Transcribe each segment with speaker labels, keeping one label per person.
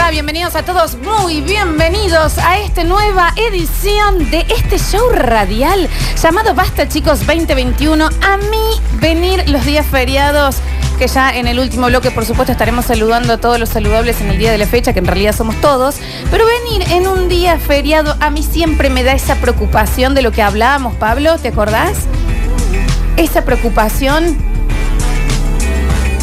Speaker 1: Ah, bienvenidos a todos, muy bienvenidos a esta nueva edición de este show radial llamado Basta Chicos 2021. A mí venir los días feriados, que ya en el último bloque por supuesto estaremos saludando a todos los saludables en el día de la fecha, que en realidad somos todos, pero venir en un día feriado a mí siempre me da esa preocupación de lo que hablábamos, Pablo, ¿te acordás? Esa preocupación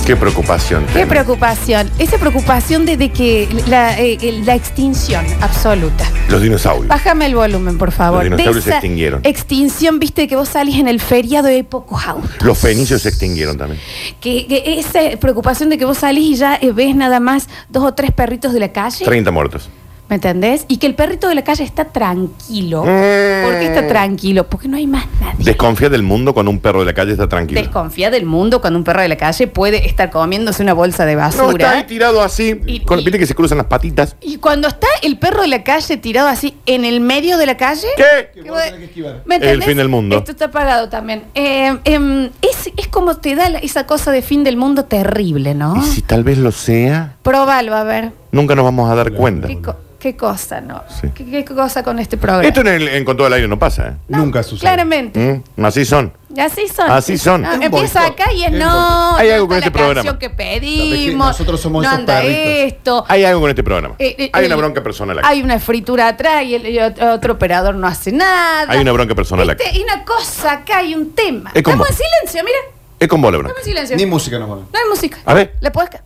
Speaker 2: Qué preocupación.
Speaker 1: Qué
Speaker 2: tenés.
Speaker 1: preocupación. Esa preocupación de, de que la, eh, eh, la extinción absoluta.
Speaker 2: Los dinosaurios.
Speaker 1: Bájame el volumen, por favor.
Speaker 2: Los
Speaker 1: De
Speaker 2: dinosaurios se
Speaker 1: esa
Speaker 2: extinguieron.
Speaker 1: Extinción, viste, que vos salís en el feriado y hay pocos autos.
Speaker 2: Los fenicios se extinguieron también.
Speaker 1: Que, que esa preocupación de que vos salís y ya eh, ves nada más dos o tres perritos de la calle.
Speaker 2: 30 muertos.
Speaker 1: ¿Me entendés? Y que el perrito de la calle está tranquilo.
Speaker 2: Mm.
Speaker 1: ¿Por qué está tranquilo? Porque no hay más nadie.
Speaker 2: Desconfía del mundo cuando un perro de la calle está tranquilo.
Speaker 1: Desconfía del mundo cuando un perro de la calle puede estar comiéndose una bolsa de basura.
Speaker 2: no, está ahí tirado así.
Speaker 1: Y-
Speaker 2: con,
Speaker 1: y-
Speaker 2: Viste que se cruzan las patitas.
Speaker 1: Y cuando está el perro de la calle tirado así en el medio de la calle.
Speaker 2: ¿Qué?
Speaker 1: ¿Me
Speaker 3: vos tenés que esquivar.
Speaker 1: entendés?
Speaker 2: El fin del mundo.
Speaker 1: Esto está pagado también. Eh, em, es, es como te da la- esa cosa de fin del mundo terrible, ¿no?
Speaker 2: Y si tal vez lo sea,
Speaker 1: Probalo, a ver.
Speaker 2: nunca nos vamos a dar cuenta.
Speaker 1: ¿Qué, co- qué cosa, no?
Speaker 2: Sí.
Speaker 1: ¿Qué, qué cosa con este programa?
Speaker 2: Esto en, el, en Control del Aire no pasa,
Speaker 1: No,
Speaker 3: Nunca sucede.
Speaker 2: ¿eh?
Speaker 1: Claramente.
Speaker 2: Mm, Así son.
Speaker 1: Y Así son.
Speaker 2: Así son.
Speaker 1: Ah,
Speaker 2: Es un
Speaker 1: empieza
Speaker 3: boicot.
Speaker 1: acá y es
Speaker 3: Es un
Speaker 1: no.
Speaker 3: boicot.
Speaker 2: Hay
Speaker 1: no
Speaker 2: algo con
Speaker 1: está
Speaker 2: este
Speaker 1: la
Speaker 2: programa.
Speaker 1: canción que
Speaker 3: es que
Speaker 1: pedimos.
Speaker 3: nosotros somos
Speaker 1: no
Speaker 3: esos
Speaker 1: anda
Speaker 3: perritos.
Speaker 1: esto.
Speaker 2: Hay algo con este programa.
Speaker 1: Eh, eh,
Speaker 2: hay
Speaker 1: eh,
Speaker 2: una bronca personal acá.
Speaker 1: Hay una fritura atrás y, el, y otro, otro operador no hace nada.
Speaker 2: Hay una bronca personal
Speaker 1: Este,
Speaker 2: acá.
Speaker 1: Y una cosa acá, hay un tema.
Speaker 2: Es como-
Speaker 1: Estamos en silencio, mira.
Speaker 2: Es con vos la bronca.
Speaker 1: Estamos en silencio.
Speaker 3: Ni música nos van.
Speaker 1: no hay música.
Speaker 2: A ver.
Speaker 1: ¿Le puedes... ca-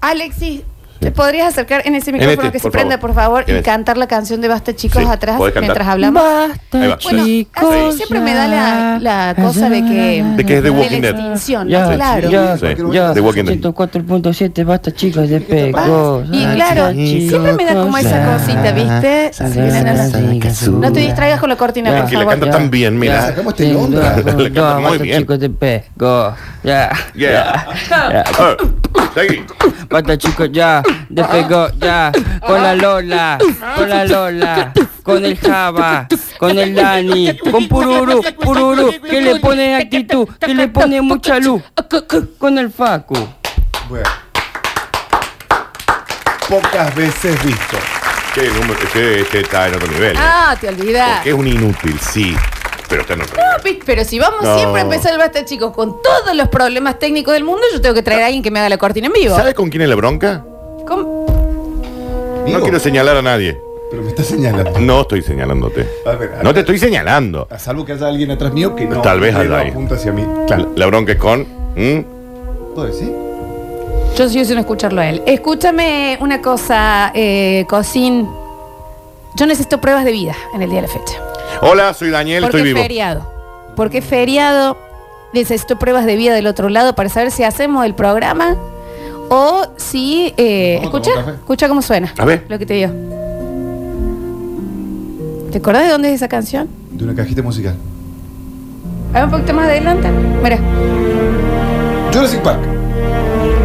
Speaker 1: Alexis, ¿te podrías acercar en ese micrófono
Speaker 2: este,
Speaker 1: que se
Speaker 2: por
Speaker 1: prenda, por
Speaker 2: favor.
Speaker 1: favor,
Speaker 2: En
Speaker 1: y
Speaker 2: este.
Speaker 1: cantar la canción de Basta Chicos
Speaker 2: Sí,
Speaker 1: atrás
Speaker 2: podés cantar.
Speaker 1: mientras hablamos?
Speaker 2: Ahí va.
Speaker 1: Bueno, a mí siempre me da la, la cosa de que...
Speaker 2: De que es The Walking
Speaker 1: la
Speaker 2: Dead.
Speaker 1: extinción,
Speaker 4: Ya,
Speaker 1: ¿no?
Speaker 4: sí,
Speaker 1: claro.
Speaker 4: ya,
Speaker 2: Sí,
Speaker 4: ya,
Speaker 2: The Walking Dead.
Speaker 4: 104.7, basta chicos de
Speaker 1: pasa?
Speaker 4: pecos.
Speaker 1: Y claro, siempre me da como esa cosita, ¿viste? No te distraigas con la cortina,
Speaker 4: Ya.
Speaker 1: por
Speaker 2: Es que la
Speaker 1: favor.
Speaker 2: canta tan bien,
Speaker 3: Ya,
Speaker 2: mira.
Speaker 3: sacamos este onda.
Speaker 2: Le canta muy
Speaker 4: Basta
Speaker 2: bien.
Speaker 4: chicos de pecos. Ya.
Speaker 2: Yeah.
Speaker 4: ya.
Speaker 2: Ah, seguí.
Speaker 4: Basta chicos ya, despegó ya, con la Lola, con la Lola, con el Java, con el Dani, con Pururu, Pururu, que le pone actitud, que le pone mucha luz, con el Facu.
Speaker 3: Bueno. Pocas veces visto.
Speaker 2: Che, el número- che, este está en otro nivel. ¿eh?
Speaker 1: Ah, te olvidás.
Speaker 2: Porque es un inútil, sí. Pero está en otro
Speaker 1: No,
Speaker 2: nivel.
Speaker 1: pi- Pero si vamos
Speaker 2: No.
Speaker 1: siempre a empezar el basta, chicos, con todos los problemas técnicos del mundo, yo tengo que traer a alguien que me haga la cortina en vivo.
Speaker 2: ¿Sabes con quién es la bronca?
Speaker 1: ¿Cómo?
Speaker 3: Digo,
Speaker 2: No quiero señalar a nadie.
Speaker 3: Pero me está señalando.
Speaker 2: No estoy señalándote.
Speaker 3: A ver, a
Speaker 2: No
Speaker 3: ver.
Speaker 2: te estoy señalando.
Speaker 3: A salvo que haya alguien atrás mío que no.
Speaker 2: Tal vez
Speaker 3: que
Speaker 2: haya
Speaker 3: no
Speaker 2: ahí.
Speaker 3: apunta hacia mí.
Speaker 2: La,
Speaker 3: Claro.
Speaker 2: la bronca es con. ¿Mm?
Speaker 3: ¿Puedo decir?
Speaker 1: Yo sigo sin escucharlo a él. Escúchame una cosa, eh, Cosín. Yo necesito pruebas de vida en el día de la fecha.
Speaker 2: Hola, soy Daniel,
Speaker 1: Porque
Speaker 2: estoy vivo.
Speaker 1: feriado. Porque feriado. Necesito pruebas de vida del otro lado para saber si hacemos el programa o si. eh,
Speaker 3: Vamos a
Speaker 1: escucha,
Speaker 3: tomar un café.
Speaker 1: escucha cómo suena.
Speaker 2: A ver.
Speaker 1: Lo que te digo. ¿Te acordás de dónde es esa canción?
Speaker 3: De una cajita musical.
Speaker 1: A ver, un poquito más adelante. Mira.
Speaker 3: Jurassic Park.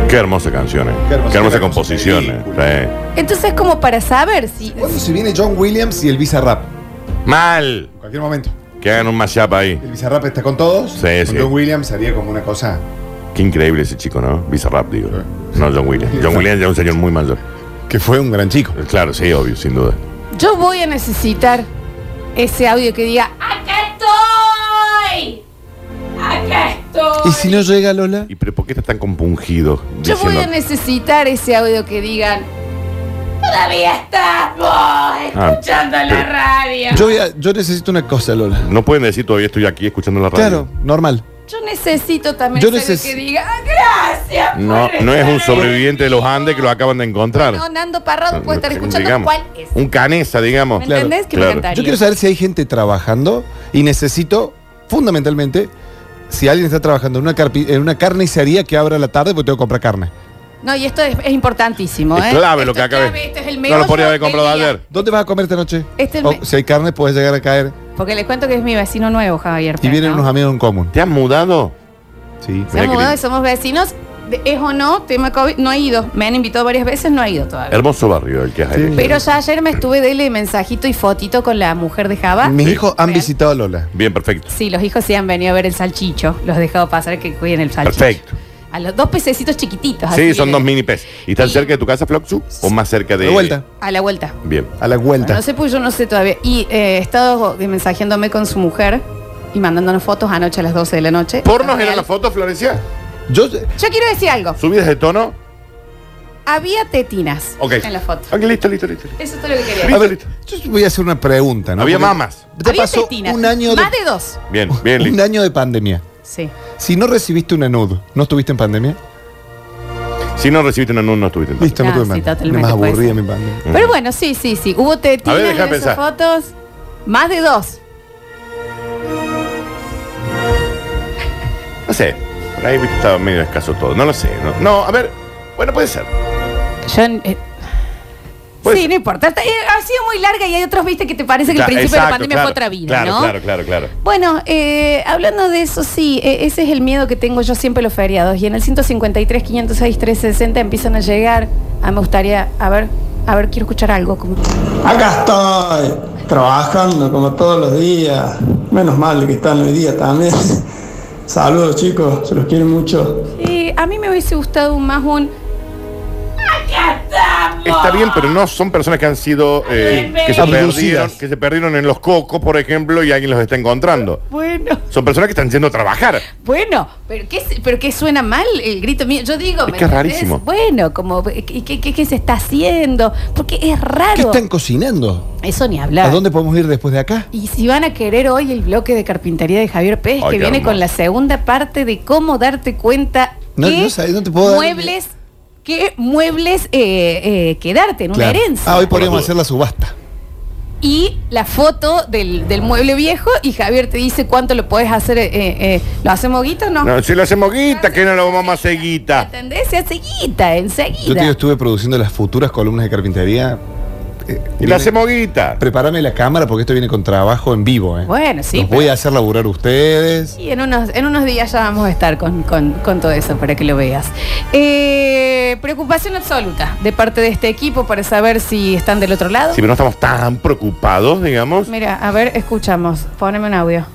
Speaker 2: Qué hermosa canción, ¿eh? Qué
Speaker 3: Qué hermosa-
Speaker 2: hermosa
Speaker 3: qué hermosa
Speaker 2: composición, ¿eh?
Speaker 3: película.
Speaker 1: Entonces es como para saber si.
Speaker 3: ¿Cuándo se viene John Williams y el Bizarrap?
Speaker 2: Sí. Mal.
Speaker 3: En cualquier momento.
Speaker 2: Que hagan un mashup ahí.
Speaker 3: El Bizarrap está con todos.
Speaker 2: Sí,
Speaker 3: con
Speaker 2: sí.
Speaker 3: John Williams haría como una cosa.
Speaker 2: Qué increíble ese chico, ¿no? Bizarrap, digo.
Speaker 3: Sí.
Speaker 2: No, John Williams. John Williams ya es un señor muy mayor.
Speaker 3: Que fue un gran chico.
Speaker 2: Claro, sí, obvio, sin duda.
Speaker 1: Yo voy a necesitar ese audio que diga. ¡Acá estoy! ¡Acá estoy!
Speaker 3: ¿Y si no llega Lola?
Speaker 2: ¿Y pero por qué está tan compungido?
Speaker 1: Yo voy a
Speaker 2: diciendo-
Speaker 1: necesitar ese audio que digan. Todavía estás vos escuchando la
Speaker 2: Ah, pero-
Speaker 1: radio.
Speaker 3: Yo, voy a- yo necesito una cosa, Lola.
Speaker 2: No pueden decir todavía estoy aquí escuchando la radio.
Speaker 3: Claro, normal.
Speaker 1: Yo necesito también
Speaker 3: Yo
Speaker 1: ese audio
Speaker 3: neces-
Speaker 1: que diga. "Ah, Gracias. por
Speaker 2: No, no es
Speaker 1: estar
Speaker 2: un sobreviviente de los
Speaker 1: ahí".
Speaker 2: Andes que lo acaban de encontrar.
Speaker 1: No, Nando Parrado puede estar escuchando
Speaker 2: Digamos,
Speaker 1: cuál es.
Speaker 2: Un canesa, digamos.
Speaker 1: ¿Me entendés? Que me
Speaker 2: claro.
Speaker 1: encantaría.
Speaker 3: Yo quiero saber si hay gente trabajando y necesito, fundamentalmente, si alguien está trabajando en una, carpi- en una carnicería que abra a la tarde porque tengo que comprar carne.
Speaker 1: No, y esto es, es importantísimo,
Speaker 2: Es
Speaker 1: ¿eh?
Speaker 2: clave lo
Speaker 1: Esto
Speaker 2: que
Speaker 1: es clave,
Speaker 2: acabé.
Speaker 1: Este es el
Speaker 2: No lo podría
Speaker 1: meollo del
Speaker 2: haber comprado
Speaker 1: día.
Speaker 2: ayer.
Speaker 3: ¿Dónde vas a comer esta noche?
Speaker 1: Este es
Speaker 3: O,
Speaker 1: me-
Speaker 3: si hay carne, puedes llegar a caer.
Speaker 1: Porque les cuento que es mi vecino nuevo, Javier.
Speaker 3: Y vienen unos amigos en común.
Speaker 2: ¿Te has mudado?
Speaker 3: Sí.
Speaker 2: Mirá
Speaker 1: Somos,
Speaker 2: qué lindo.
Speaker 1: somos vecinos. De- Es o no, tema COVID, no he ido. Me han invitado varias veces, no he ido todavía.
Speaker 2: Hermoso barrio el que has
Speaker 3: Sí.
Speaker 2: elegido.
Speaker 1: Pero ya ayer me estuve dele mensajito y fotito con la mujer de Java.
Speaker 3: Mis hijos han
Speaker 1: Real.
Speaker 3: visitado a Lola.
Speaker 2: Bien, perfecto.
Speaker 1: Sí, los hijos sí han venido a ver el salchicho. Los he dejado pasar que cuiden el salchicho.
Speaker 2: Perfecto.
Speaker 1: A A los dos pececitos chiquititos.
Speaker 2: Sí,
Speaker 1: así
Speaker 2: son
Speaker 1: de-
Speaker 2: dos mini pez. ¿Y están
Speaker 1: Y-
Speaker 2: cerca de tu casa, Floxu? ¿O más cerca de.?
Speaker 3: De vuelta.
Speaker 1: A la vuelta.
Speaker 2: Bien.
Speaker 3: A la vuelta.
Speaker 1: No sé, pues yo no sé todavía. Y eh, he estado mensajeándome con su mujer y mandándonos fotos anoche a las 12 de la noche.
Speaker 2: ¿Pornos
Speaker 1: Real.
Speaker 2: eran las fotos, Florencia?
Speaker 3: Yo,
Speaker 1: Yo quiero decir algo.
Speaker 2: ¿Subidas de tono?
Speaker 1: Había tetinas
Speaker 2: Ok.
Speaker 1: en la foto.
Speaker 2: Ok, listo, listo, listo.
Speaker 1: Eso es todo lo que quería.
Speaker 3: a ver, yo voy a hacer una pregunta. ¿no?
Speaker 2: Había
Speaker 3: Porque
Speaker 2: mamas.
Speaker 3: Te
Speaker 1: Había
Speaker 3: pasó
Speaker 1: tetinas.
Speaker 3: un año
Speaker 1: Más
Speaker 3: de,
Speaker 1: de dos.
Speaker 2: Bien, bien,
Speaker 3: un
Speaker 2: listo.
Speaker 3: año de pandemia.
Speaker 1: Sí.
Speaker 3: Si no recibiste una nude, ¿no estuviste en pandemia?
Speaker 2: Si no recibiste una NUN, no estuviste en
Speaker 3: Listo, no,
Speaker 1: Ah,
Speaker 3: tuve
Speaker 1: sí,
Speaker 3: pandemia.
Speaker 1: totalmente,
Speaker 3: Me más
Speaker 1: puede
Speaker 3: aburrida
Speaker 1: ser.
Speaker 3: mi pandemia.
Speaker 2: Ujú.
Speaker 1: Pero bueno, sí, sí, sí. Hubo tetinas
Speaker 2: A ver, dejá
Speaker 1: en esas
Speaker 2: pensar.
Speaker 1: fotos. Más de dos.
Speaker 2: No sé. Por ahí viste, estaba medio escaso todo. No lo sé. No, no, a ver. Bueno, puede ser.
Speaker 1: Yo. eh,
Speaker 2: Pues-
Speaker 1: sí, no importa. Está- eh, ha sido muy larga y hay otros, viste, que te parece que
Speaker 2: Claro,
Speaker 1: el principio de
Speaker 2: exacto,
Speaker 1: la pandemia
Speaker 2: claro,
Speaker 1: fue otra vida,
Speaker 2: claro,
Speaker 1: ¿no?
Speaker 2: Claro, claro, claro.
Speaker 1: Bueno, eh, hablando de eso, sí, eh, ese es el miedo que tengo yo siempre los feriados. Y en el 153, 506, 360 empiezan a llegar. Ah, me gustaría, a ver, a ver, quiero escuchar algo. Como...
Speaker 5: Acá estoy, trabajando como todos los días. Menos mal que están hoy día también. Saludos chicos, se los quiero mucho.
Speaker 1: Sí, a mí me hubiese gustado más un...
Speaker 2: Está bien, pero no son personas que han sido. eh, que, se
Speaker 3: Abducidas.
Speaker 2: perdieron, que se perdieron en los cocos, por ejemplo, y alguien los está encontrando.
Speaker 1: Bueno,
Speaker 2: Son personas que están yendo a trabajar.
Speaker 1: bueno, pero ¿qué, se- pero qué suena mal el grito mío? Yo digo...
Speaker 2: Es
Speaker 1: ¿me
Speaker 2: que es
Speaker 1: entendés?
Speaker 2: rarísimo.
Speaker 1: Bueno, como, ¿qué, qué, qué- qué se está haciendo? Porque es
Speaker 3: ¿Qué
Speaker 1: raro.
Speaker 3: están cocinando?
Speaker 1: Eso ni hablar.
Speaker 3: ¿A dónde podemos ir después de acá?
Speaker 1: Y si van a querer hoy el bloque de carpintería de Javier Pérez,
Speaker 2: Ay,
Speaker 1: que
Speaker 2: qué
Speaker 1: viene
Speaker 2: hermoso.
Speaker 1: con la segunda parte de cómo darte cuenta
Speaker 3: No,
Speaker 1: qué
Speaker 3: no sabes, no te puedo dar-
Speaker 1: muebles, qué muebles eh, eh, quedarte en una
Speaker 3: Claro.
Speaker 1: herencia.
Speaker 3: Ah, hoy
Speaker 2: Por las
Speaker 3: podríamos
Speaker 2: dudas.
Speaker 3: hacer la subasta.
Speaker 1: Y la foto del, del mueble viejo y Javier te dice cuánto lo puedes hacer. eh, eh, ¿Lo hacemos guita o no?
Speaker 2: No, si lo hacemos guita, que no lo vamos a hacer guita.
Speaker 1: ¿Entendés? Se hace guita
Speaker 3: Yo te
Speaker 1: enseguida.
Speaker 3: digo, estuve produciendo las futuras columnas de carpintería. Eh,
Speaker 2: Y
Speaker 3: viene-
Speaker 2: lo hacemos guita.
Speaker 3: Prepárame la cámara porque esto viene con trabajo en vivo, ¿eh?
Speaker 1: Bueno, sí,
Speaker 3: Los
Speaker 1: pero-
Speaker 3: voy a hacer laburar ustedes.
Speaker 1: Y en unos, en unos días ya vamos a estar con, con- con todo eso para que lo veas. Eh, preocupación absoluta de parte de este equipo para saber si están del otro lado.
Speaker 2: Si no estamos tan preocupados, digamos.
Speaker 1: Mira, a ver, escuchamos. Poneme un audio.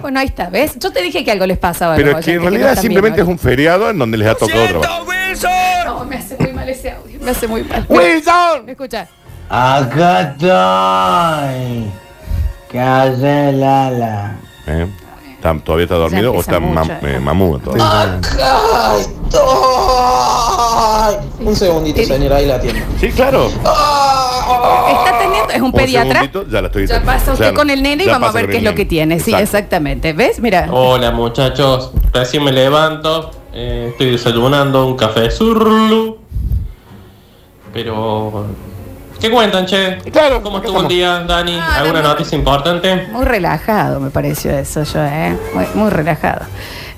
Speaker 1: Bueno, ahí está, ¿ves? Yo te dije que algo les pasaba. a los
Speaker 2: Pero es que en
Speaker 1: oyentes
Speaker 2: realidad
Speaker 1: no están
Speaker 2: simplemente es
Speaker 1: viendo.
Speaker 2: un feriado en donde les ha tocado trabajar.
Speaker 1: No, me hace muy mal ese audio. Me hace muy mal.
Speaker 2: ¡Wilson!
Speaker 1: Escucha.
Speaker 6: Acá estoy. ¿Qué hace Lala?
Speaker 2: ¿Eh? ¿Está- ¿Todavía está dormido o
Speaker 1: empieza
Speaker 2: está
Speaker 1: mucho,
Speaker 2: mam-
Speaker 1: eh.
Speaker 2: eh, mamudo todavía?
Speaker 5: Acá estoy. Un segundito, señora, ahí la tiene.
Speaker 2: Sí, claro.
Speaker 1: Está teniendo, es un, pediatra.
Speaker 2: segundito, ya la estoy
Speaker 1: Ya
Speaker 2: diciendo.
Speaker 1: pasa usted
Speaker 2: Ya no-
Speaker 1: con el nene y
Speaker 2: ya
Speaker 1: vamos a
Speaker 2: pasa
Speaker 1: ver
Speaker 2: con
Speaker 1: qué es
Speaker 2: el
Speaker 1: lo que
Speaker 2: nene.
Speaker 1: tiene. Sí,
Speaker 2: Exacto.
Speaker 1: exactamente. ¿Ves? Mira.
Speaker 7: Hola muchachos, recién me levanto, eh, estoy desayunando un café de surlu. Pero... ¿Qué cuentan, che?
Speaker 2: Claro,
Speaker 7: ¿Cómo
Speaker 2: acá
Speaker 7: estuvo el
Speaker 2: estamos.
Speaker 7: día, Dani?
Speaker 1: Ah,
Speaker 7: ¿Alguna
Speaker 1: no, no.
Speaker 7: noticia importante?
Speaker 1: Muy relajado me pareció eso yo, ¿eh? Muy, muy relajado.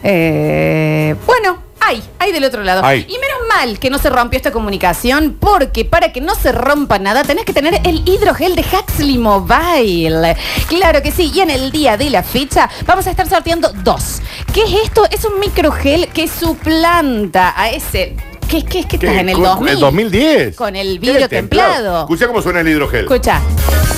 Speaker 1: Eh, bueno, hay, hay del otro lado.
Speaker 2: Hay.
Speaker 1: Y menos mal que no se rompió esta comunicación, porque para que no se rompa nada, tenés que tener el hidrogel de Huxley Mobile. Claro que sí, y en el día de la fecha vamos a estar sorteando dos. ¿Qué es esto? Es un microgel que suplanta a ese... ¿Qué, qué, qué estás
Speaker 2: ¿Qué?
Speaker 1: en el
Speaker 2: Con-
Speaker 1: 2000?
Speaker 2: El 2010.
Speaker 1: Con el
Speaker 2: Era
Speaker 1: vidrio templado.
Speaker 2: Escucha cómo suena el hidrogel.
Speaker 1: Escucha.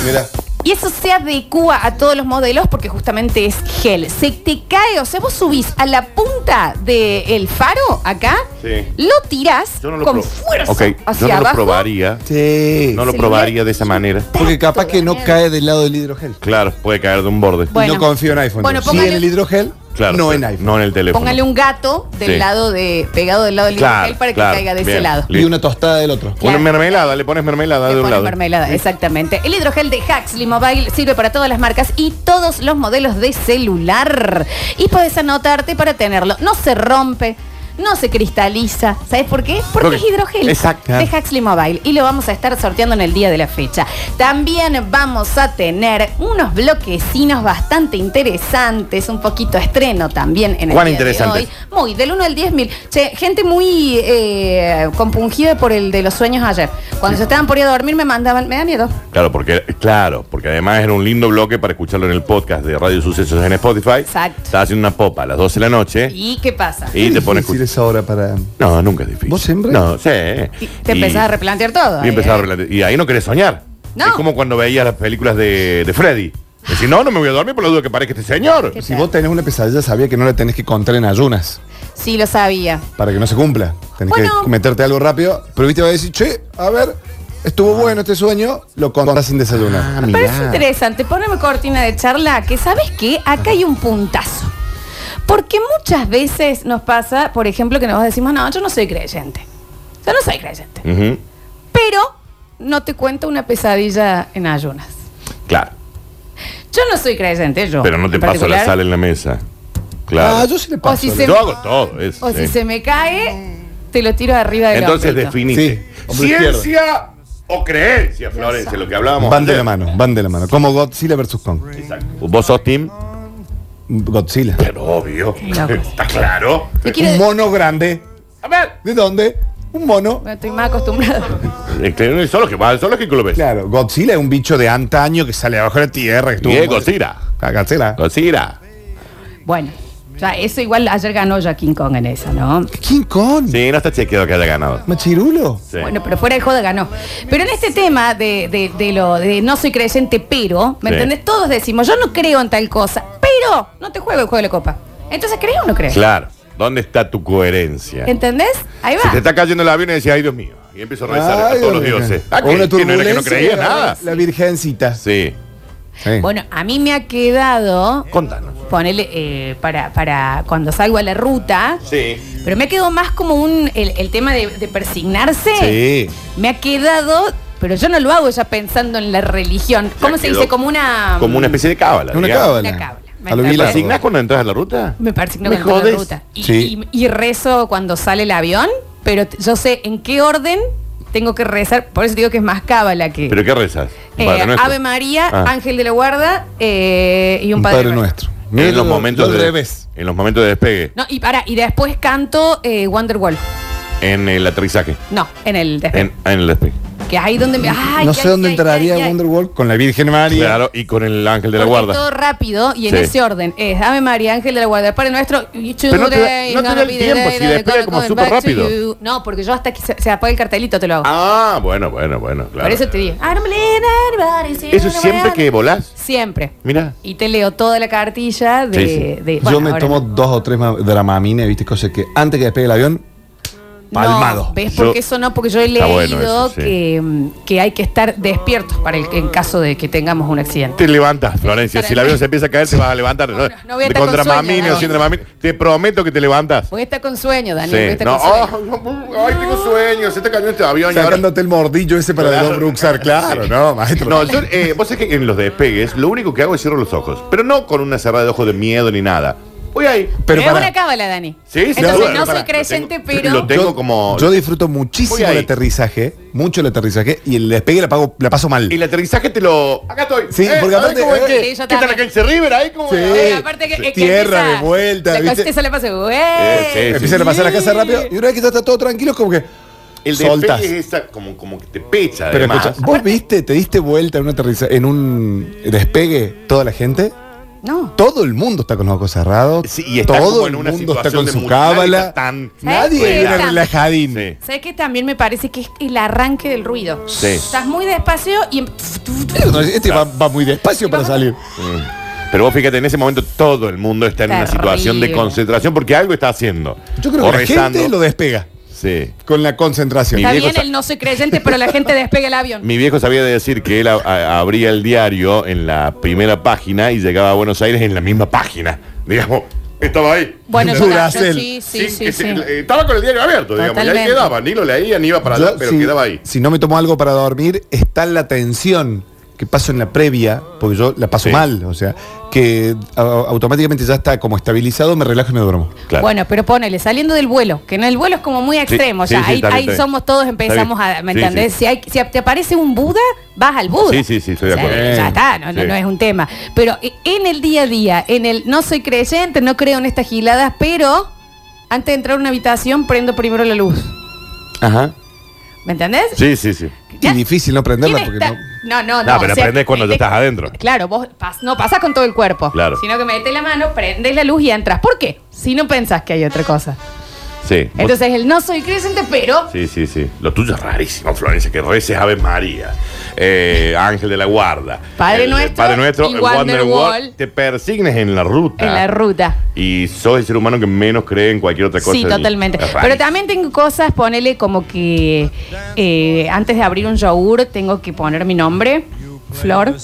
Speaker 3: Mira,
Speaker 1: Y eso se adecua a todos los modelos porque justamente es gel. Se te cae, o sea, vos subís a la punta del faro acá,
Speaker 2: Sí.
Speaker 1: lo tirás
Speaker 2: Yo no lo
Speaker 1: con
Speaker 2: prob-
Speaker 1: fuerza
Speaker 2: Ok,
Speaker 1: hacia
Speaker 2: yo no lo
Speaker 1: abajo.
Speaker 2: probaría.
Speaker 3: sí.
Speaker 2: No lo
Speaker 1: Sí.
Speaker 2: probaría de esa manera.
Speaker 3: Porque capaz que no
Speaker 1: Tanto,
Speaker 3: cae del lado del hidrogel.
Speaker 2: Claro, puede caer de un borde.
Speaker 1: Bueno.
Speaker 3: Y no confío en iPhone.
Speaker 1: Bueno,
Speaker 3: Sí
Speaker 1: póngale-
Speaker 3: en el hidrogel,
Speaker 2: Claro,
Speaker 3: no
Speaker 2: sí.
Speaker 3: en iPhone.
Speaker 2: No en el teléfono.
Speaker 1: Póngale un gato del
Speaker 2: Sí.
Speaker 1: lado de, pegado del lado del
Speaker 2: Claro,
Speaker 1: hidrogel para que
Speaker 2: claro,
Speaker 1: caiga de ese
Speaker 2: bien.
Speaker 1: lado.
Speaker 3: Y una tostada del otro.
Speaker 1: Claro.
Speaker 2: Una mermelada, le pones mermelada
Speaker 1: Le
Speaker 2: de un
Speaker 1: pones
Speaker 2: lado.
Speaker 1: mermelada, exactamente. El hidrogel de Huxley Mobile sirve para todas las marcas y todos los modelos de celular. Y podés anotarte para tenerlo. No se rompe. No se cristaliza. ¿Sabes por qué? Porque
Speaker 2: Porque-
Speaker 1: es hidrogel
Speaker 2: Exacto.
Speaker 1: de Huxley Mobile. Y lo vamos a estar sorteando en el día de la fecha. También vamos a tener unos bloquecinos bastante interesantes. Un poquito estreno también en el
Speaker 2: ¿Cuán
Speaker 1: día de
Speaker 2: interesantes?
Speaker 1: hoy. Muy, del 1 al 10 mil. Che, gente muy eh, compungida por el de los sueños ayer. Cuando se estaban por ir a dormir me mandaban, me da miedo.
Speaker 2: Claro, porque claro, porque además era un lindo bloque para escucharlo en el podcast de Radio Sucesos en Spotify.
Speaker 1: Exacto.
Speaker 2: Estaba haciendo una popa a las 12 de la noche y,
Speaker 1: ¿Y qué pasa?
Speaker 2: te pones
Speaker 3: decir esa hora para.
Speaker 2: No, nunca es difícil.
Speaker 3: ¿Vos siempre?
Speaker 2: No, sí.
Speaker 1: Y te empezás a replantear todo.
Speaker 2: y
Speaker 1: ahí,
Speaker 2: empezás a
Speaker 1: ¿eh?
Speaker 2: replantear. Y ahí no querés soñar.
Speaker 1: No.
Speaker 2: Es como cuando veías las películas de, de Freddy. Decir, no, no me voy a dormir por la duda que parezca este señor.
Speaker 1: ¿Qué
Speaker 3: Si
Speaker 1: tal?
Speaker 3: vos tenés una pesadilla, sabía que no la tenés que contar en ayunas
Speaker 1: Sí, lo sabía.
Speaker 3: para que no se cumpla. Tenés
Speaker 1: Bueno.
Speaker 3: que meterte algo rápido. Pero viste, va a decir, che, a ver, estuvo
Speaker 1: Ah.
Speaker 3: bueno este sueño, lo contás sin desayunar.
Speaker 1: Pero es interesante, poneme cortina de charla, que sabes qué, acá hay un puntazo. Porque muchas veces nos pasa, por ejemplo, que nos decimos, no, yo no soy creyente. Yo no soy creyente.
Speaker 2: Ujú.
Speaker 1: Pero no te cuento una pesadilla en ayunas.
Speaker 2: Claro.
Speaker 1: Yo no soy creyente, yo.
Speaker 2: Pero no te
Speaker 1: en
Speaker 2: paso la
Speaker 1: particular.
Speaker 2: sal en la mesa.
Speaker 3: Ah,
Speaker 2: Claro.
Speaker 3: yo sí le
Speaker 1: O
Speaker 3: paso.
Speaker 1: si
Speaker 3: le-
Speaker 1: se,
Speaker 2: Yo hago todo eso,
Speaker 1: o si
Speaker 2: sí.
Speaker 1: se me cae, te lo tiro de arriba del
Speaker 2: Entonces
Speaker 1: ombligo.
Speaker 2: definite.
Speaker 3: Sí, hombre
Speaker 2: Ciencia o creencia, Florencia, lo que hablábamos.
Speaker 3: Van de
Speaker 2: ayer.
Speaker 3: la mano, van de la mano. Como Godzilla versus Kong.
Speaker 2: Exacto. ¿Vos sos Tim?
Speaker 3: Godzilla.
Speaker 2: Pero obvio.
Speaker 1: Claro.
Speaker 2: Está claro.
Speaker 1: Te quiero-
Speaker 3: Un mono grande.
Speaker 2: A ver.
Speaker 3: ¿De dónde? Un mono.
Speaker 1: Bueno, estoy más acostumbrada.
Speaker 2: Este, Son los que van, son los que lo ves.
Speaker 3: Claro, Godzilla es un bicho de antaño que sale abajo de la tierra. que estuvo-
Speaker 2: Bien, Godzilla.
Speaker 3: Ah, Godzilla.
Speaker 2: Godzilla.
Speaker 1: Bueno, ya eso igual ayer ganó ya King Kong en esa, ¿no?
Speaker 3: King Kong.
Speaker 2: Sí, no está chequeado que haya ganado.
Speaker 3: Machirulo.
Speaker 2: Sí.
Speaker 1: Bueno, pero fuera de joda ganó. Pero en este tema de, de- de lo de no soy creyente, pero, ¿me
Speaker 2: Sí.
Speaker 1: entendés? Todos decimos, yo no creo en tal cosa, pero no te juego el juego de la copa. Entonces, ¿crees o no crees?
Speaker 2: Claro. ¿Dónde está tu coherencia?
Speaker 1: ¿Entendés? Ahí
Speaker 2: Se te
Speaker 1: va.
Speaker 2: está cayendo el avión y decís, ay Dios mío. Y empiezo a rezar
Speaker 3: Ay,
Speaker 2: a todos los
Speaker 3: Dios mío.
Speaker 2: dioses. Ah,
Speaker 3: O
Speaker 2: que, que no era
Speaker 3: una
Speaker 2: que no
Speaker 3: turbulencia,
Speaker 2: creía
Speaker 3: la-
Speaker 2: nada.
Speaker 3: La virgencita.
Speaker 2: Sí.
Speaker 3: Sí.
Speaker 1: Bueno, a mí me ha quedado,
Speaker 2: Contanos.
Speaker 1: ponele, eh, para, para cuando salgo a la ruta,
Speaker 2: Sí.
Speaker 1: pero me ha quedado más como un, el, el tema de, de persignarse.
Speaker 3: Sí.
Speaker 1: Me ha quedado, pero yo no lo hago ya pensando en la religión. ¿Cómo se
Speaker 2: quedó
Speaker 1: dice? Como una...
Speaker 2: Como una especie de cábala.
Speaker 3: Una
Speaker 2: digamos.
Speaker 3: cábala.
Speaker 1: Una cábala.
Speaker 3: A lo
Speaker 1: Me
Speaker 2: ¿Te
Speaker 1: Claro.
Speaker 3: Bilardo.
Speaker 2: asignás cuando entras a la ruta?
Speaker 1: Me parece que no
Speaker 2: ¿Me
Speaker 1: cuento la
Speaker 2: jodes?
Speaker 1: ruta. Y,
Speaker 3: Sí.
Speaker 1: y- y rezo cuando sale el avión, pero t- yo sé en qué orden tengo que rezar. Por eso digo que es más cábala que.
Speaker 2: ¿Pero qué rezas?
Speaker 1: Eh,
Speaker 2: Padre Nuestro.
Speaker 1: Ave María,
Speaker 2: Ah.
Speaker 1: Ángel de la Guarda eh, y un,
Speaker 3: Un padre nuestro.
Speaker 2: en los momentos
Speaker 3: de
Speaker 2: de
Speaker 3: revés.
Speaker 2: En los momentos de despegue.
Speaker 1: No, y para, y después canto eh, Wonderwall.
Speaker 2: En el aterrizaje.
Speaker 1: No, en el despegue.
Speaker 2: En, en el despegue.
Speaker 1: Que ahí donde me. ay,
Speaker 3: no
Speaker 1: ay,
Speaker 3: sé dónde
Speaker 1: ay,
Speaker 3: entraría
Speaker 1: ay, ay.
Speaker 3: Wonderworld con la Virgen María.
Speaker 2: Claro, y con el ángel de la
Speaker 1: Porque
Speaker 2: guarda.
Speaker 1: es Todo rápido y en
Speaker 2: Sí.
Speaker 1: ese orden. Es Ave María, Ángel de la Guarda, Padre Nuestro. y
Speaker 2: Pero no te da- no te da el tiempo, si despega como súper rápido.
Speaker 1: No, porque yo hasta que se, se apague el cartelito te lo hago.
Speaker 2: Ah, bueno, bueno, bueno, claro.
Speaker 1: Por eso te digo. I don't believe everybody, see
Speaker 2: Eso
Speaker 1: everybody.
Speaker 2: siempre que volás.
Speaker 1: Siempre.
Speaker 2: Mira.
Speaker 1: Y te leo toda la cartilla de...
Speaker 2: Sí, sí.
Speaker 1: de-
Speaker 3: Yo
Speaker 1: bueno,
Speaker 3: me
Speaker 1: ahora
Speaker 3: tomo
Speaker 1: no.
Speaker 3: dos o tres ma- dramamines, viste, cosas que antes que despegue el avión, palmado.
Speaker 1: No, ¿Ves por
Speaker 2: Yo-
Speaker 1: qué eso no? Porque yo he
Speaker 2: Está
Speaker 1: leído
Speaker 2: bueno eso, sí.
Speaker 1: que, mm, que hay que estar despiertos para el, en caso de que tengamos un accidente.
Speaker 2: Te levantas, Florencia. Si el avión se empieza a caer, te vas a levantar. No,
Speaker 1: no voy a estar con
Speaker 2: Contra
Speaker 1: sueño,
Speaker 2: mamine o
Speaker 1: Dani.
Speaker 2: sin dramamine. Te prometo que te levantas.
Speaker 1: Voy a estar con sueño, Daniel. voy a
Speaker 2: Sí.
Speaker 1: estar
Speaker 2: No,
Speaker 1: con sueño.
Speaker 2: oh, no, ay, tengo sueño. Se está cayendo este avión. y ahora-
Speaker 3: Sacándote el mordillo ese para
Speaker 2: Claro.
Speaker 3: el bruxar, claro, no, maestro.
Speaker 2: No, yo, eh, vos sabés que en los despegues, lo único que hago es cierro los ojos. Pero no con una cerrada de ojos de miedo ni nada. Voy ahí.
Speaker 3: pero
Speaker 1: es
Speaker 3: para-
Speaker 1: una cábala, Dani.
Speaker 2: Sí, sí,
Speaker 1: Entonces,
Speaker 2: bueno,
Speaker 1: no
Speaker 2: pará,
Speaker 1: soy creyente,
Speaker 2: lo tengo-
Speaker 1: pero...
Speaker 2: lo tengo como-
Speaker 3: Yo disfruto muchísimo
Speaker 2: Voy ahí.
Speaker 3: el aterrizaje, mucho el aterrizaje, y el despegue la, pago, la paso mal.
Speaker 2: Y el aterrizaje te lo. Acá estoy.
Speaker 3: Sí, porque
Speaker 2: a ver
Speaker 3: aparte-
Speaker 2: cómo es
Speaker 3: eh,
Speaker 2: que-
Speaker 1: sí, yo
Speaker 2: ¿Qué tal
Speaker 1: también.
Speaker 2: la cancha River? Ahí como.
Speaker 3: Sí.
Speaker 1: Eh, aparte que, es que
Speaker 3: Tierra
Speaker 1: empieza-
Speaker 3: de vuelta,
Speaker 1: La
Speaker 3: ¿viste?
Speaker 1: cosita le pasa, güey.
Speaker 2: Eh, sí, sí.
Speaker 3: Empiezan a pasar la casa rápido, y una vez que ya está todo tranquilo, es como que.
Speaker 2: El
Speaker 3: soltas.
Speaker 2: despegue es esa como, como que te pecha.
Speaker 3: Pero
Speaker 2: además.
Speaker 3: escucha, ¿vos viste, te diste vuelta en un, aterriza- en un despegue toda la gente?
Speaker 1: No.
Speaker 3: Todo el mundo está con los ojos cerrados.
Speaker 2: Sí, y está
Speaker 3: todo
Speaker 2: como en
Speaker 3: el
Speaker 2: una
Speaker 3: mundo está
Speaker 2: situación
Speaker 3: con
Speaker 2: de
Speaker 3: su
Speaker 2: mucha- nadie
Speaker 3: cábala.
Speaker 2: está tan-
Speaker 1: Sí,
Speaker 3: Nadie viene
Speaker 1: está.
Speaker 3: relajadín.
Speaker 2: Sí.
Speaker 1: ¿Sabes qué? También me parece que es el arranque del ruido.
Speaker 2: Sí.
Speaker 1: Estás muy despacio y... em,
Speaker 3: Este va, va muy despacio para salir.
Speaker 2: Pero vos fíjate, en ese momento todo el mundo está en una
Speaker 1: Terrible.
Speaker 2: situación de concentración porque algo está haciendo.
Speaker 3: Yo creo
Speaker 2: O
Speaker 3: que la
Speaker 2: rezando.
Speaker 3: gente lo despega
Speaker 2: Sí.
Speaker 3: con la concentración.
Speaker 1: Está
Speaker 2: viejo
Speaker 1: bien
Speaker 2: sa-
Speaker 1: el no soy creyente, pero la gente despega el avión.
Speaker 2: Mi viejo sabía de decir que él a- a- abría el diario en la primera página y llegaba a Buenos Aires en la misma página. Digamos, estaba ahí.
Speaker 1: Bueno, yo, yo
Speaker 3: Duracell.
Speaker 1: sí, sí,
Speaker 2: Sin
Speaker 1: sí,
Speaker 2: que se-
Speaker 1: sí.
Speaker 2: eh, estaba con el diario abierto, digamos, y ahí
Speaker 1: Totalmente.
Speaker 2: quedaba, ni lo leía, ni iba para
Speaker 3: Yo,
Speaker 2: allá, pero
Speaker 3: si,
Speaker 2: quedaba ahí.
Speaker 3: Si no me tomo algo para dormir, está la tensión que paso en la previa, porque yo la paso
Speaker 2: Sí.
Speaker 3: mal, o sea, que a- automáticamente ya está como estabilizado, me relajo y me duermo.
Speaker 2: Claro.
Speaker 1: Bueno, pero ponele, saliendo del vuelo, que en el vuelo es como muy extremo,
Speaker 2: sí,
Speaker 1: ya
Speaker 2: sí,
Speaker 1: ahí,
Speaker 2: está bien,
Speaker 1: ahí
Speaker 2: está bien.
Speaker 1: somos todos, empezamos
Speaker 2: Está bien.
Speaker 1: a, ¿me
Speaker 2: Sí,
Speaker 1: entendés?
Speaker 2: sí.
Speaker 1: Si, hay- si te aparece un Buda, vas al Buda.
Speaker 2: Sí, sí, sí, estoy de
Speaker 1: O sea,
Speaker 2: acuerdo.
Speaker 1: Ya está, no, no-
Speaker 2: Sí.
Speaker 1: no es un tema. Pero eh, en el día a día, en el no soy creyente, no creo en estas giladas, pero antes de entrar a una habitación prendo primero la luz.
Speaker 3: Ajá.
Speaker 1: ¿Me entendés?
Speaker 2: Sí, sí, sí.
Speaker 1: Ya-
Speaker 3: Y difícil no
Speaker 1: ¿Quién
Speaker 3: prenderla porque
Speaker 1: está-
Speaker 3: no.
Speaker 1: No, no, eh,
Speaker 2: No, pero aprendes cuando ya
Speaker 1: metés-
Speaker 2: estás adentro.
Speaker 1: Claro, vos pas- no pasas con todo el cuerpo.
Speaker 2: Claro.
Speaker 1: Sino que metes la mano, prendes la luz y entras. ¿Por qué? Si no pensás que hay otra cosa.
Speaker 2: Sí. Vos-
Speaker 1: Entonces el no soy creyente, pero
Speaker 2: Sí, sí, sí. Lo tuyo es rarísimo, Florencia, que reces Ave María. eh, Ángel de la Guarda,
Speaker 1: Padre
Speaker 2: el-
Speaker 1: Nuestro
Speaker 2: Padre Nuestro,
Speaker 1: y
Speaker 2: el Wonderwall,
Speaker 1: Wonderwall.
Speaker 2: te persignes en la ruta.
Speaker 1: En la ruta.
Speaker 2: Y sos el ser humano que menos cree en cualquier otra cosa.
Speaker 1: Sí,
Speaker 2: del-
Speaker 1: totalmente.
Speaker 2: Es raro.
Speaker 1: Pero también tengo cosas, ponele como que eh, antes de abrir un yogur tengo que poner mi nombre, Flor
Speaker 2: Pero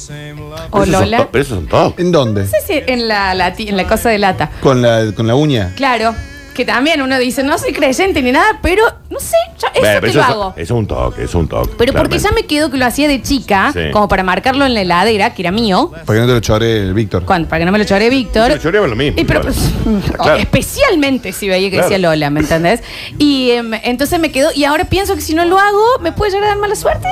Speaker 1: o
Speaker 2: esos son
Speaker 1: Lola.
Speaker 2: to- Pero esos son todos.
Speaker 3: ¿En dónde?
Speaker 1: No sé si en la, lati- en la cosa de lata.
Speaker 3: Con la, con la uña.
Speaker 1: Claro, que también uno dice, no soy creyente ni nada, pero no sé, yo eso
Speaker 2: Bueno,
Speaker 1: te
Speaker 2: pero
Speaker 1: lo
Speaker 2: eso-
Speaker 1: hago.
Speaker 2: eso es un toque, eso es un toque.
Speaker 1: Pero porque ya
Speaker 2: claramente.
Speaker 1: me quedo que lo hacía de chica,
Speaker 2: Sí.
Speaker 1: como para marcarlo en la heladera, que era mío,
Speaker 3: Para que no te lo chore el Víctor.
Speaker 1: cuando- para que no me lo chore Víctor.
Speaker 2: Pero yo haría lo mismo.
Speaker 1: Y pero-
Speaker 2: igual. Está claro.
Speaker 1: Especialmente si veía que
Speaker 2: Claro.
Speaker 1: decía Lola, ¿me entendés? Y em, entonces me quedo, y ahora pienso que si no lo hago, me puede llegar a dar mala suerte.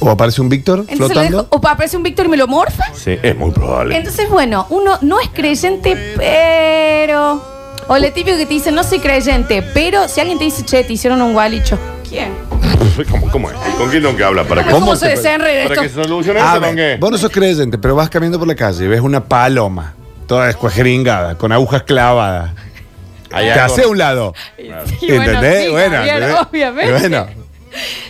Speaker 3: O aparece un Víctor
Speaker 1: Entonces lo
Speaker 3: flotando.
Speaker 1: dejo, o aparece un Víctor y me lo morfa.
Speaker 2: Sí, es muy probable.
Speaker 1: Entonces, bueno, uno no es creyente, pero. O lo típico que te dice, no soy creyente, pero si alguien te dice, che, te hicieron un gualicho. ¿Quién?
Speaker 2: ¿Cómo, cómo es? ¿Con quién tengo que hablar? ¿Para que,
Speaker 1: ¿Cómo,
Speaker 3: ¿Cómo
Speaker 1: se
Speaker 3: te-
Speaker 1: desenreda
Speaker 2: para
Speaker 1: esto?
Speaker 2: que se solucione
Speaker 3: A
Speaker 2: eso
Speaker 3: ver,
Speaker 2: Ah, con qué?
Speaker 3: Ah, vos no sos creyente, pero vas caminando por la calle y ves una paloma, toda escuajeringada, con agujas clavadas.
Speaker 2: Hay
Speaker 3: te
Speaker 2: algo-
Speaker 3: hace a un lado.
Speaker 1: Y bueno,
Speaker 3: ¿Entendés?
Speaker 1: sí,
Speaker 3: Bueno,
Speaker 1: Javier,
Speaker 3: ¿entendés?
Speaker 1: obviamente.
Speaker 3: Bueno.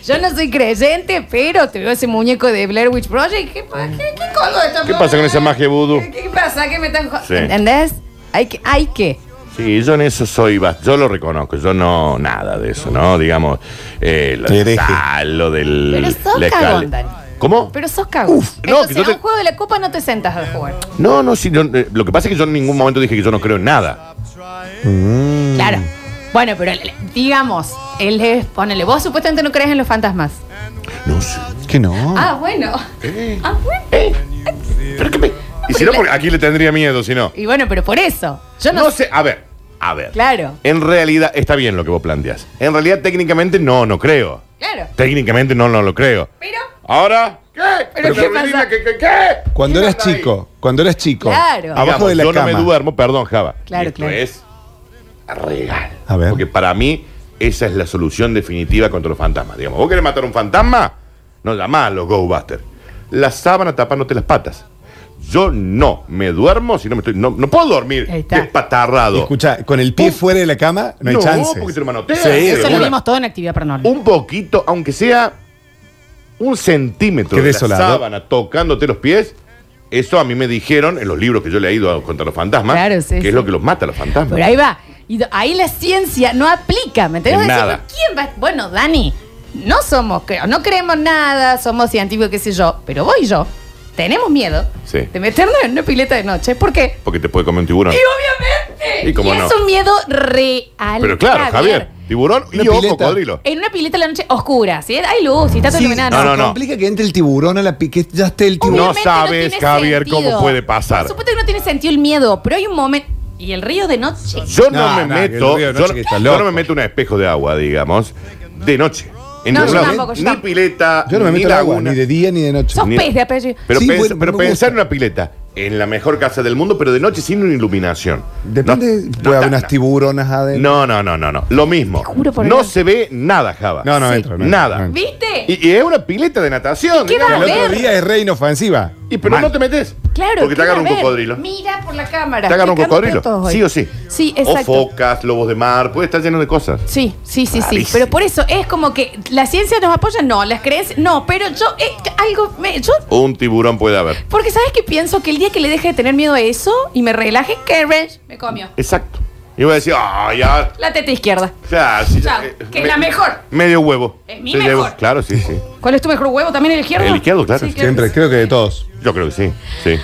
Speaker 1: Yo no soy creyente, pero te veo ese muñeco de Blair Witch Project. ¿Qué, pa- qué, qué colgo de esta
Speaker 2: ¿Qué pasa con esa
Speaker 1: madre?
Speaker 2: magia vudú?
Speaker 1: ¿Qué, qué pasa? ¿Qué me están jodiendo?
Speaker 2: Sí.
Speaker 1: ¿Entendés? Hay que, hay que.
Speaker 2: Sí, yo en eso soy, bas- yo lo reconozco, yo no, nada de eso, ¿no? Digamos, eh, la
Speaker 3: Te deje.
Speaker 2: sal, lo del...
Speaker 1: Pero sos
Speaker 2: la escal-
Speaker 1: cagón, Dani.
Speaker 2: ¿Cómo?
Speaker 1: Pero sos cagón.
Speaker 2: Uf, no,
Speaker 1: Entonces,
Speaker 2: que yo
Speaker 1: a un
Speaker 2: te-
Speaker 1: juego de la copa no te sentas a jugar.
Speaker 2: No, no, sí, yo- eh, lo que pasa es que yo en ningún momento dije que yo no creo en nada.
Speaker 3: Mm,
Speaker 1: Claro.
Speaker 2: Mm.
Speaker 1: Bueno, pero le- digamos, él es, ponele, vos supuestamente no crees en los fantasmas.
Speaker 2: No sé.
Speaker 3: Que
Speaker 2: Mm.
Speaker 3: no.
Speaker 1: Ah, bueno. Ah, bueno.
Speaker 2: ¿Eh? ¿Pero qué me...? Y si no, porque aquí le tendría miedo, si no.
Speaker 1: Y bueno, pero por eso. Yo no,
Speaker 2: No sé, a ver, a ver.
Speaker 1: Claro,
Speaker 2: En realidad, está bien lo que vos planteas. En realidad, técnicamente, no, no creo.
Speaker 1: claro.
Speaker 2: Técnicamente, no, no lo creo.
Speaker 1: Pero,
Speaker 2: Ahora, ¿qué?
Speaker 1: ¿Pero qué
Speaker 2: Carolina,
Speaker 1: pasa?
Speaker 2: ¿qué, qué, qué?
Speaker 3: Cuando
Speaker 2: ¿Qué
Speaker 3: eras
Speaker 2: anda ahí?
Speaker 3: chico, cuando eras chico,
Speaker 1: Claro.
Speaker 3: abajo
Speaker 2: Digamos,
Speaker 3: de la
Speaker 2: yo
Speaker 3: cama.
Speaker 2: no me duermo, perdón, Java.
Speaker 1: Claro,
Speaker 2: Y esto
Speaker 1: claro.
Speaker 2: es real.
Speaker 3: A ver.
Speaker 2: Porque para mí, esa es la solución definitiva contra los fantasmas. Digamos, vos querés matar a un fantasma, no llamás a los Ghostbusters. La sábana tapándote las patas. Yo no me duermo si no me estoy. No, no puedo dormir
Speaker 1: Ahí está.
Speaker 2: despatarrado.
Speaker 3: Escucha, con el pie
Speaker 1: Uh.
Speaker 3: fuera de la cama no hay
Speaker 2: No,
Speaker 3: chance.
Speaker 2: porque te lo manotean.
Speaker 3: Sí, de
Speaker 1: eso lo
Speaker 3: una.
Speaker 1: vimos todo en actividad paranormal.
Speaker 2: un poquito, aunque sea un centímetro
Speaker 3: Qué
Speaker 2: de la
Speaker 3: desolado.
Speaker 2: sábana tocándote los pies, eso a mí me dijeron en los libros que yo le he ido contra los fantasmas,
Speaker 1: Claro, sí,
Speaker 2: que
Speaker 1: sí.
Speaker 2: es lo que los mata a los fantasmas.
Speaker 1: Pero ahí va. Y do- ahí la ciencia no aplica, ¿me entendés?
Speaker 2: En
Speaker 1: Decir,
Speaker 2: nada.
Speaker 1: ¿Quién va? Bueno, Dani, no somos, creo, no creemos nada, somos científicos, qué sé yo, pero vos y yo tenemos miedo
Speaker 2: Sí.
Speaker 1: de meternos en una pileta de noche. ¿Por qué?
Speaker 2: Porque te puede comer un tiburón.
Speaker 1: Y obviamente.
Speaker 2: Y cómo no.
Speaker 1: es un miedo real.
Speaker 2: Pero claro, Javier, tiburón y
Speaker 3: Una
Speaker 2: o
Speaker 3: pileta.
Speaker 2: cocodrilo.
Speaker 1: En una pileta de la noche oscura, ¿sí? Hay luz y está todo
Speaker 3: Sí,
Speaker 1: iluminado.
Speaker 2: No, no, no.
Speaker 3: Complica que entre el tiburón a la pi- que ya esté el tiburón.
Speaker 2: No
Speaker 1: Obviamente
Speaker 2: sabes,
Speaker 1: tiene
Speaker 2: Javier,
Speaker 1: sentido.
Speaker 2: cómo puede pasar.
Speaker 1: Por supuesto que no tiene sentido el miedo, pero hay un momento. Y el río de noche.
Speaker 2: Yo no,
Speaker 3: No,
Speaker 2: me
Speaker 3: no, que
Speaker 2: meto,
Speaker 3: el río de
Speaker 2: yo,
Speaker 3: noche que está
Speaker 2: yo
Speaker 3: loco.
Speaker 2: no me meto en un espejo de agua, digamos, de noche. En
Speaker 1: No, yo
Speaker 2: ningún lado.
Speaker 1: tampoco, yo
Speaker 2: ni
Speaker 1: tampoco.
Speaker 2: pileta,
Speaker 3: Yo no me
Speaker 2: ni
Speaker 3: meto en agua,
Speaker 2: laguna.
Speaker 3: ni de día ni de noche.
Speaker 1: Sos
Speaker 2: Ni-
Speaker 1: pez de apellido.
Speaker 2: Pero,
Speaker 3: Sí,
Speaker 2: pens-
Speaker 3: bueno,
Speaker 2: pero
Speaker 3: me gusta.
Speaker 2: pensar en una pileta, en la mejor casa del mundo, pero de noche sin una iluminación.
Speaker 3: Depende,
Speaker 2: No-
Speaker 3: puede
Speaker 2: no,
Speaker 3: haber
Speaker 2: no,
Speaker 3: unas
Speaker 2: no.
Speaker 3: tiburonas adentro.
Speaker 2: No, no, no, no, no. Lo mismo.
Speaker 1: juro por
Speaker 2: no
Speaker 1: Dios.
Speaker 2: se ve nada, Java.
Speaker 3: No, no
Speaker 1: Sí.
Speaker 3: entro. no entro,
Speaker 2: nada.
Speaker 3: no entro.
Speaker 1: ¿Viste?
Speaker 2: Y, y es una pileta de natación.
Speaker 1: ¿Qué va a
Speaker 2: digamos.
Speaker 3: El otro
Speaker 1: ver.
Speaker 3: día es re inofensiva.
Speaker 2: Y pero
Speaker 3: Mal.
Speaker 2: no te metes.
Speaker 1: Claro.
Speaker 2: Porque
Speaker 1: ¿qué
Speaker 2: te agarra un
Speaker 1: va a ver?
Speaker 2: cocodrilo.
Speaker 1: Mira por la cámara.
Speaker 2: Te agarra un
Speaker 1: Qué
Speaker 2: cocodrilo.
Speaker 1: campeonatos hoy.
Speaker 2: Sí o sí.
Speaker 1: Sí,
Speaker 2: O
Speaker 1: exacto.
Speaker 2: focas, lobos de mar, puede estar lleno de cosas.
Speaker 1: Sí, sí, sí, sí.
Speaker 2: Rarísimo.
Speaker 1: Pero por eso es como que la ciencia nos apoya, no, las creencias, no, pero yo, eh, algo, me- yo,
Speaker 2: Un tiburón puede haber.
Speaker 1: porque sabes que pienso que el día que le deje de tener miedo a eso y me relaje, que re- me comió.
Speaker 2: Exacto. Y voy a decir, ah, ya.
Speaker 1: La teta izquierda.
Speaker 2: ya, sí, ya,
Speaker 1: Chao,
Speaker 2: eh,
Speaker 1: que es la mejor.
Speaker 2: Medio huevo.
Speaker 1: Es mi
Speaker 2: Se
Speaker 1: mejor.
Speaker 2: Claro, sí, sí.
Speaker 1: ¿Cuál es tu mejor huevo? ¿También el izquierdo?
Speaker 2: El izquierdo, claro.
Speaker 3: Siempre, creo que de todos.
Speaker 2: Yo creo que sí. Sí.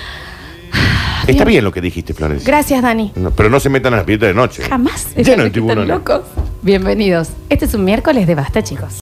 Speaker 2: Está bien lo que dijiste, Florencia.
Speaker 1: Gracias, Dani.
Speaker 2: No, pero no se metan a las piedras de noche.
Speaker 1: Jamás.
Speaker 2: Lleno de
Speaker 1: Están
Speaker 2: tiburones.
Speaker 1: locos. Bienvenidos. Este es un miércoles de Basta, chicos.